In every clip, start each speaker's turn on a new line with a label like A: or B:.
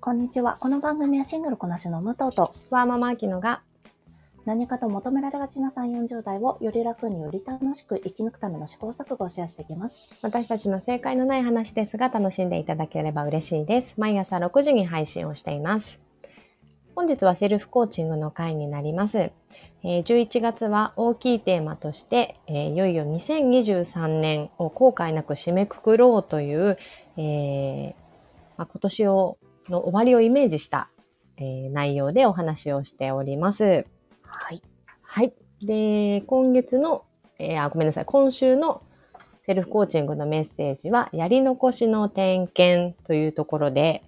A: こんにちは。この番組はシングルこなしの武藤と
B: ワーママアキノが
A: 何かと求められがちな3、40代をより楽により楽しく生き抜くための試行錯誤をシェアしていきます。
B: 私たちの正解のない話ですが楽しんでいただければ嬉しいです。毎朝6時に配信をしています。本日はセルフコーチングの回になります。えー11月は大きいテーマとして、えーいよいよ2023年を後悔なく締めくくろうという、えーまあ今年をの終わりをイメージした、えー内容でお話をしております。
A: はい。
B: はい。で、今月の、えーあ、ごめんなさい。今週のセルフコーチングのメッセージは、やり残しの点検というところで、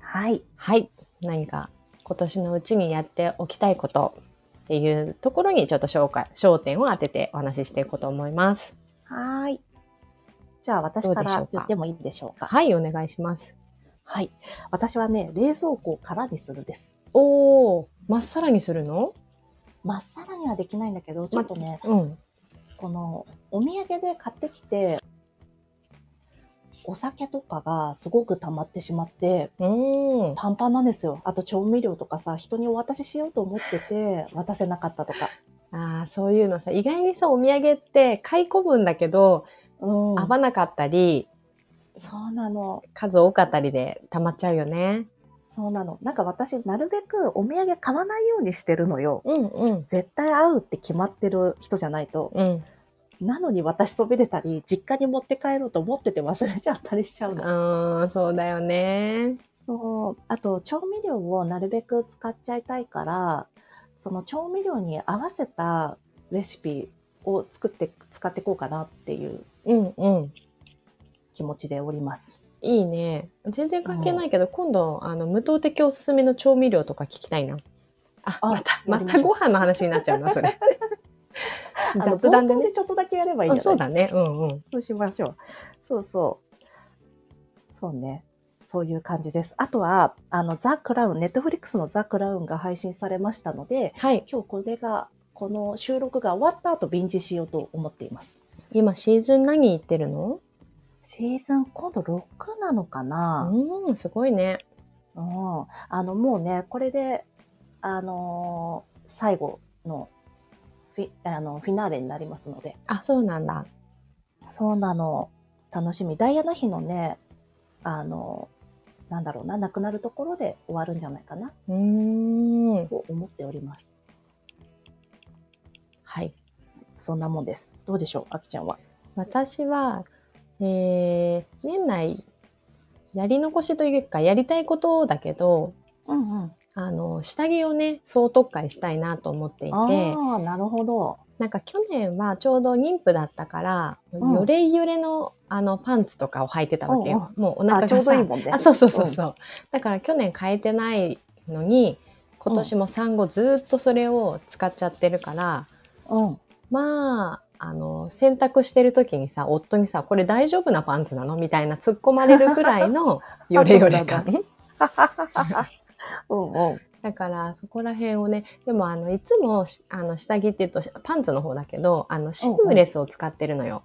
A: はい。
B: はい。何か今年のうちにやっておきたいことっていうところにちょっと紹介、焦点を当ててお話ししていこうと思います。
A: はーい。じゃあ私か
B: どうでしょ
A: ら
B: うか
A: 言ってもいいでしょうか。
B: はい、お願いします。
A: はい。私はね、冷蔵庫を空にするです。
B: おー、まっさらにするの
A: まっさらにはできないんだけど、ちょっとね、
B: うん。
A: このお土産で買ってきて、お酒とかがすごく溜まってしまって、
B: うーん。
A: パンパンなんですよ。あと調味料とかさ、人にお渡ししようと思ってて、渡せなかったとか。
B: ああ、そういうのさ、意外にさ、お土産って買い込むんだけど、
A: うん。
B: 合わなかったり、
A: そうなの。
B: 数多かったりで溜まっちゃうよね。
A: そうなの。なんか私、なるべくお土産買わないようにしてるのよ。
B: うんうん。
A: 絶対合うって決まってる人じゃないと。
B: うん。
A: なのに私そびれたり、実家に持って帰ろうと思ってて忘れちゃったりしちゃうの。
B: あーそうだよね。
A: そう。あと、調味料をなるべく使っちゃいたいから、その調味料に合わせたレシピを作って、使っていこうかなっていう
B: うんうん。
A: 気持ちでおります。
B: いいね。全然関係ないけど、今度、あの、無糖的おすすめの調味料とか聞きたいな。あ、
A: あ
B: また、
A: や
B: ま
A: りましょ
B: た
A: う。
B: ご飯の話になっちゃうな、そ れ
A: あの
B: 雑談で
A: 冒頭
B: ね。
A: でちょっとだけやればいいん
B: あ
A: じゃ
B: そ
A: な
B: う
A: い
B: だね。うんうん。
A: そうしましょう。そうそう。そうね。そういう感じです。あとは、あの、ザ・クラウン、ネットフリックスのザ・クラウンが配信されましたので、
B: はい。
A: 今日これが、この収録が終わった後、便ンしようと思っています。
B: 今、シーズン何言ってるの
A: シーズン、今度6なのかな、
B: うん、すごいね。
A: うん、あの、もうね、これで、あのー最後のフィ、あの、フィナーレになりますので、
B: あ、そうなんだ。
A: そうなの。楽しみ。ダイアナ妃のね、あの、なんだろうな、亡くなるところで終わるんじゃないかな
B: うーん。
A: と思っております。
B: はい。
A: そそんなもんです。どうでしょう、あきちゃんは。
B: 私は、えー、年内、やり残しというか、やりたいことだけど、
A: うんうん。
B: あの、下着をね、総特会したいなと思っていて、
A: ああ、なるほど。
B: なんか去年はちょうど妊婦だったから、
A: うん
B: よれよれの、あの、パンツとかを履いてたわけよ。もうお腹
A: あ
B: が
A: ちょうど
B: さ
A: いいもんね。
B: あ、そうそうそうそう。だから去年変えてないのに、今年も産後ずーっとそれを使っちゃってるから、
A: うん。うん。
B: まあ、あの、洗濯してる時にさ、夫にさ、これ大丈夫なパンツなのみたいな突っ込まれるぐらいの よれよれ
A: あそう
B: 感。
A: うんうん。
B: だから、そこら辺をね、でもあの、いつもし、あの、下着って言うと、パンツの方だけど、あの、シームレスを使ってるのよ。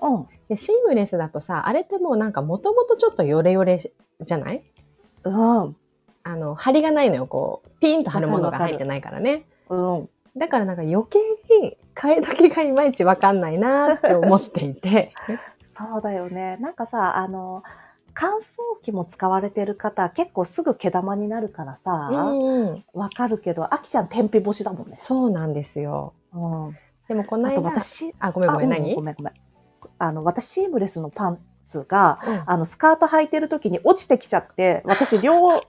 A: うん。
B: で、シームレスだとさ、あれってもうなんか、もともとちょっとヨレヨレしじゃない
A: うん。
B: あの、張りがないのよ、こう、ピンと張るものが入ってないからね。
A: うん。
B: だからなんか余計に替え時がいまいちわかんないなって思ってい て。
A: そうだよね。なんかさ、あの、乾燥機も使われてる方、結構すぐ毛玉になるから
B: う
A: さ、
B: んうん。
A: わかるけど、あきちゃん天日干しだもんね。
B: そうなんですよ。
A: うん。
B: でもこの
A: あと
B: 間、
A: 私、
B: あ、ごめんごめん、
A: あう
B: 何
A: ごめんごめん。あの、私、シームレスのパンツが、
B: うん
A: あの、スカート履いてる時に落ちてきちゃって、私、両、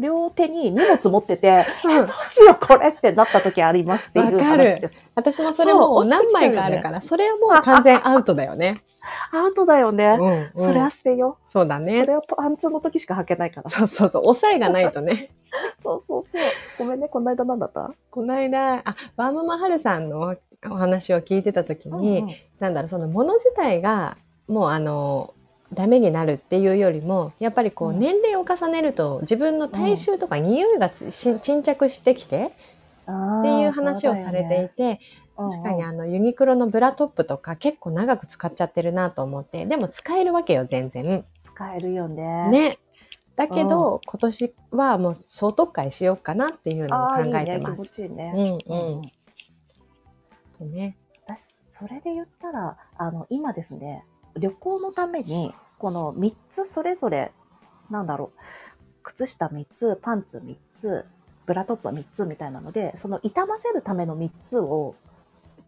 A: 両手に荷物持ってて、
B: うん
A: どうしようこれってなった時ありますっていう
B: わかる
A: 話です。
B: 私もそれもう何枚かあるから、それはもう完全アウトだよね。
A: アートだよね。
B: うん、う
A: それは
B: ん。
A: 捨てよ
B: そうだ
A: う。そ
B: ね。
A: れはパンツの時しか履けないから。
B: そうそうそう。抑えがないとね。
A: そうそうそう。ごめんね、この間何だった
B: この間、あ、ワーママハルさんのお話を聞いてた時に、なんだろう、そのもの自体が、もうあの、ダメになるっていうよりも、やっぱりこう、
A: うん
B: 年齢を重ねると、自分の体臭とか匂いがつし沈着してきて、っていう話をされていて、確かに
A: あ
B: あの、ユニクロのブラトップとか結構長く使っちゃってるなと思って、でも使えるわけよ、全
A: ーそう
B: 然。
A: だよね使えるよね。
B: ね。だけど、今年はもう総特会しようかなっていうのを
A: ああ
B: 考
A: ー、いい
B: えて
A: ね。気
B: ます。
A: 持ちいいね。
B: うんうん。でね。
A: 私、それで言ったら、あの、今ですね、旅行のために、この3つそれぞれ、なんだろう、靴下3つ、パンツ3つ、ブラトップ3つみたいなので、その傷ませるための3つを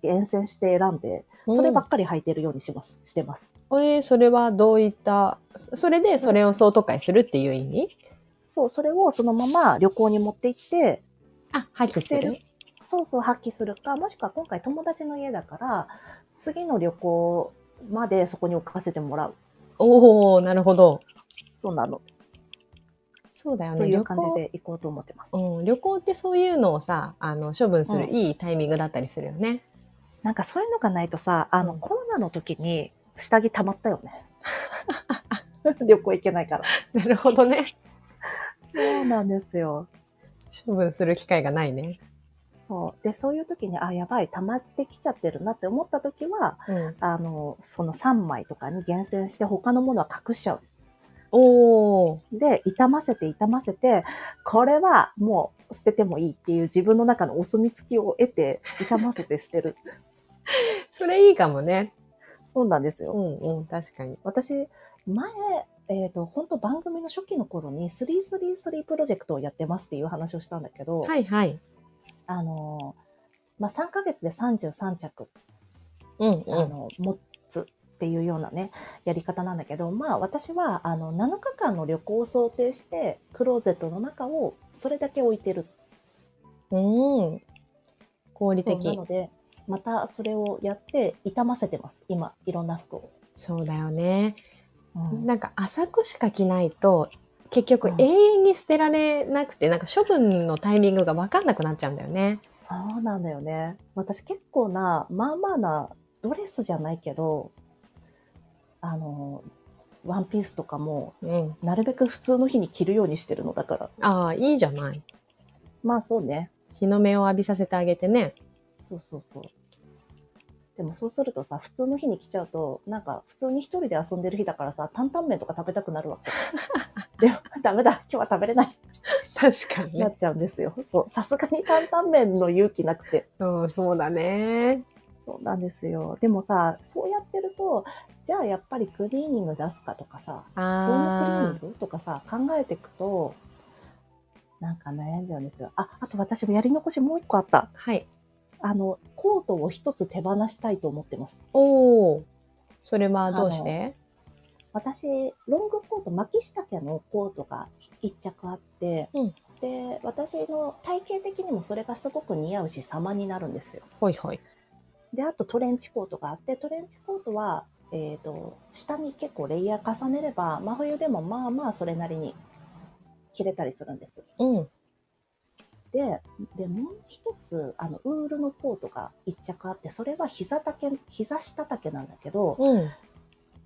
A: 厳選して選んで、そればっかり履いてるようにします、してます。
B: うんえーそれはどういった、そそれでそれを総特会するっていう意味、
A: そう、それをそのまま旅行に持って行って、
B: あ、廃棄す
A: 捨て
B: る
A: る。そうそう発揮するか、もしくは今回友達の家だから、次の旅行までそこに置かせてもらう。
B: おおなるほど。
A: そうなの。
B: そうだよ
A: と
B: ね。
A: い
B: 旅
A: う感じ
B: 行、
A: で行こうと思ってます。
B: うん、旅行ってそういうのをさ、あの、処分する
A: うん
B: いいタイミングだったりするよね。
A: なんかそういうのがないとさ、あの、
B: うん
A: コロナの時に下着溜まったよ ね。旅行行けないから。
B: なるほどね。
A: そうなんですよ。
B: 処分する機会がないね。
A: そう。で、そういう時に、あ、やばい、溜まってきちゃってるなって思った時は、
B: うん、
A: あの、その3枚とかに厳選して他のものは隠しちゃう。
B: おお
A: で、傷ませて傷ませて、これはもう捨ててもいいっていう自分の中のお墨付きを得て、傷ませて捨てる。
B: それいいかもね。
A: そうなんですよ。
B: うんうん、確かに。
A: 私、前、えっ、と、本当番組の初期の頃に、333プロジェクトをやってますっていう話をしたんだけど、
B: はいはい。
A: あのー、まあ、3ヶ月で33着、
B: うん
A: あの、持つっていうようなね、やり方なんだけど、まあ、私は、あの、7日間の旅行を想定して、クローゼットの中をそれだけ置いてる。
B: うん。うん。合理
A: そうな
B: 的。
A: ので、またそれをやって、傷ませてます。今、いろんな服を。
B: そうだよね。
A: うん
B: なんか浅くしか着ないと、結局
A: うん
B: 永遠に捨てられなくて、なんか処分のタイミングが分かんなくなっちゃうんだよね。
A: そうなんだよね。私結構な、まあまあな、ドレスじゃないけど、あの、ワンピースとかも、
B: うん。
A: なるべく普通の日に着るようにしてるのだから。
B: ああ、いいじゃない。
A: まあそうね。
B: 日の目を浴びさせてあげてね。
A: そうそうそう。でもそうするとさ、普通の日に着ちゃうと、なんか普通に一人で遊んでる日だからさ、担々麺とか食べたくなるわけ。でも、ダメだ。今日は食べれない。
B: 確か
A: なっちゃうんですよ。そう。さすがに担々麺の勇気なくて。
B: うん、そうだね。
A: そうなんですよ。でもさ、そうやってると、じゃあやっぱりクリーニング出すかとかさ、どんな
B: あ
A: クリーニングとかさ、考えていくと、なんか悩んじゃうんですよ。あ、あと私もやり残しもう一個あった
B: あ。。はい。
A: あの、コートを一つ手放したいと思ってます。
B: おお。それはどうして
A: 私、ロングコート、巻き下家のコートが一着あって、
B: うん
A: で、私の体型的にもそれがすごく似合うし、様になるんですよ。
B: ほいほい。
A: で、あとトレンチコートがあって、トレンチコートは、えっ、と、下に結構レイヤー重ねれば、真冬でもまあまあそれなりに着れたりするんです。
B: うん。
A: で、で、もう一つ、あの、ウールのコートが一着あって、それは膝丈、膝下丈なんだけど、
B: うん。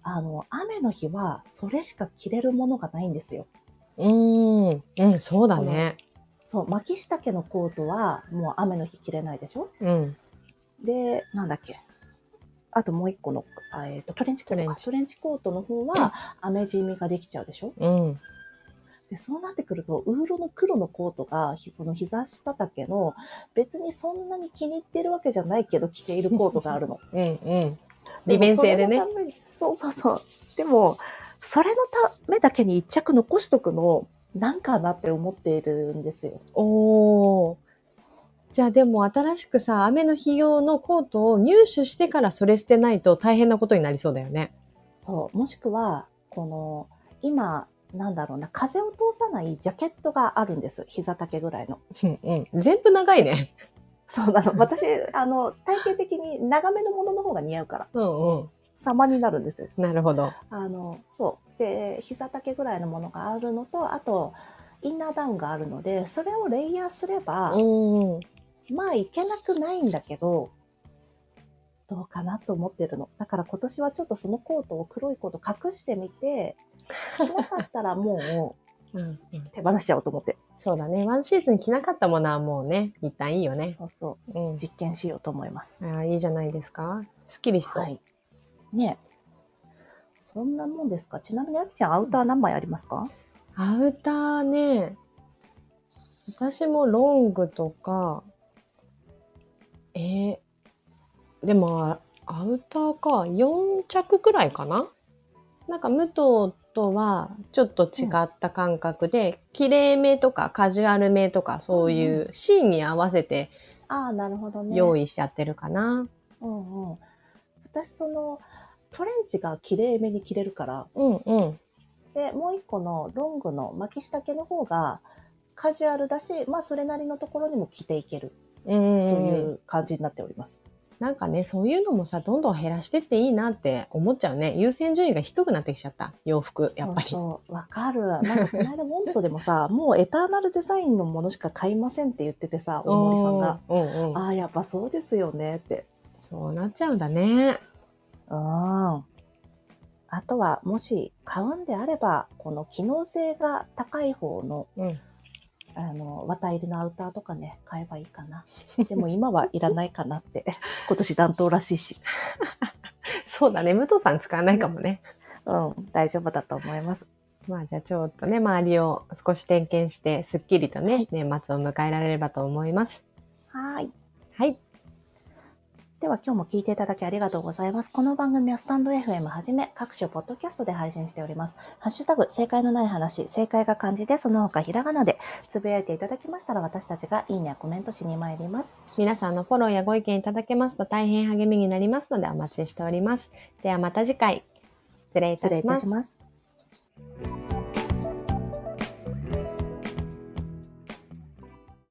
A: あの、雨の日はそれしか着れるものがないんですよ。
B: うーん、うん、そうだね。
A: そう、巻き下丈のコートはもう雨の日着れないでしょ
B: うん。
A: で、なんだっけ。あともう一個の、あえっ、と、トレンチコート
B: トレン
A: か。
B: チ
A: トレンチコートの方は、雨染みができちゃうでしょ
B: うん。
A: で、そうなってくると、ウールの黒のコートが、ひその膝下丈の、別にそんなに気に入ってるわけじゃないけど、着ているコートがあ るの。
B: うん。うん。利便性でね
A: もそれのために。そうそうそう。でも、それのためだけに一着残しとくの、なんかなって思っているんですよ。
B: おー。じゃあでも新しくさ、雨の日用のコートを入手してからそれ捨てないと大変なことになりそうだよね。
A: そう。もしくは、この、今、なんだろうな、風を通さないジャケットがあるんです。膝丈ぐらいの。
B: うんうん。全部長いね。
A: そうなの。私、あの、体型的に長めのものの方が似合うから、
B: うんうん。
A: 様になるんですよ。
B: なるほど。
A: あの、そう。で、膝丈ぐらいのものがあるのと、あと、インナーダウンがあるので、それをレイヤーすれば、
B: うん。
A: まあ、いけなくないんだけど、どうかなと思ってるの。だから今年はちょっとそのコートを黒いコート隠してみ て、着なかったらも
B: うん、
A: う手放しちゃおうと思って。
B: そうだね。ワンシーズン着なかったものはもうね、一旦いいよね。
A: そうそうう。
B: ん。
A: 実験しようと思います。
B: ああ、いいじゃないですか。すっきりしそう。
A: はい。ねえそんなもんですかちなみに、あきちゃん、アウター何枚ありますか
B: アウターね、私もロングとか、えーでも、アウターか、4着くらいかななんか、武藤とはちょっと違った感覚で、綺麗めとかカジュアルめとか、そういううシーンに合わせて
A: ああ、なるほどね。
B: 用意しちゃってるかな。
A: うんうん。私、その、トレンチが綺麗めに着れるから、
B: うんうん。
A: で、もう一個のロングの巻き下着の方が、カジュアルだし、まあ、それなりのところにも着ていける
B: うん
A: と
B: うん
A: い
B: うん、
A: う感じになっております。
B: なんかね、そういうのもさ、どんどん減らしてっていいなって思っちゃうね。優先順位が低くなってきちゃった。洋服、やっぱり。
A: そうそう、わかる。なんか、この間、モントでもさ、 もうエターナルデザインのものしか買いませんって言っててさ、大森さんが。
B: おー。うんうん。
A: ああ、やっぱそうですよねって。
B: そうなっちゃうんだね。
A: うん。あとは、もし買うんであれば、この機能性が高い方の、
B: うん。
A: あの、綿入りのアウターとかね、買えばいいかな。でも今はいらないかなって。 今年暖冬らしいし。
B: そうだね。武藤さん使わないかもね。
A: うん、大丈夫だと思います。
B: まあじゃあちょっとね、周りを少し点検して、すっきりとね、年末を迎えられればと思います。
A: はーい。
B: はい。
A: では今日も聞いていただきありがとうございます。この番組はスタンド FM はじめ各種ポッドキャストで配信しております。ハッシュタグ、正解のない話、正解が漢字で、その他ひらがなでつぶやいていただきましたら私たちがいいねやコメントしに参ります。
B: 皆さんのフォローやご意見いただけますと大変励みになりますのでお待ちしております。ではまた次回。失礼い
A: 失
B: た
A: 礼い
B: しま
A: た
B: す
A: し。ます。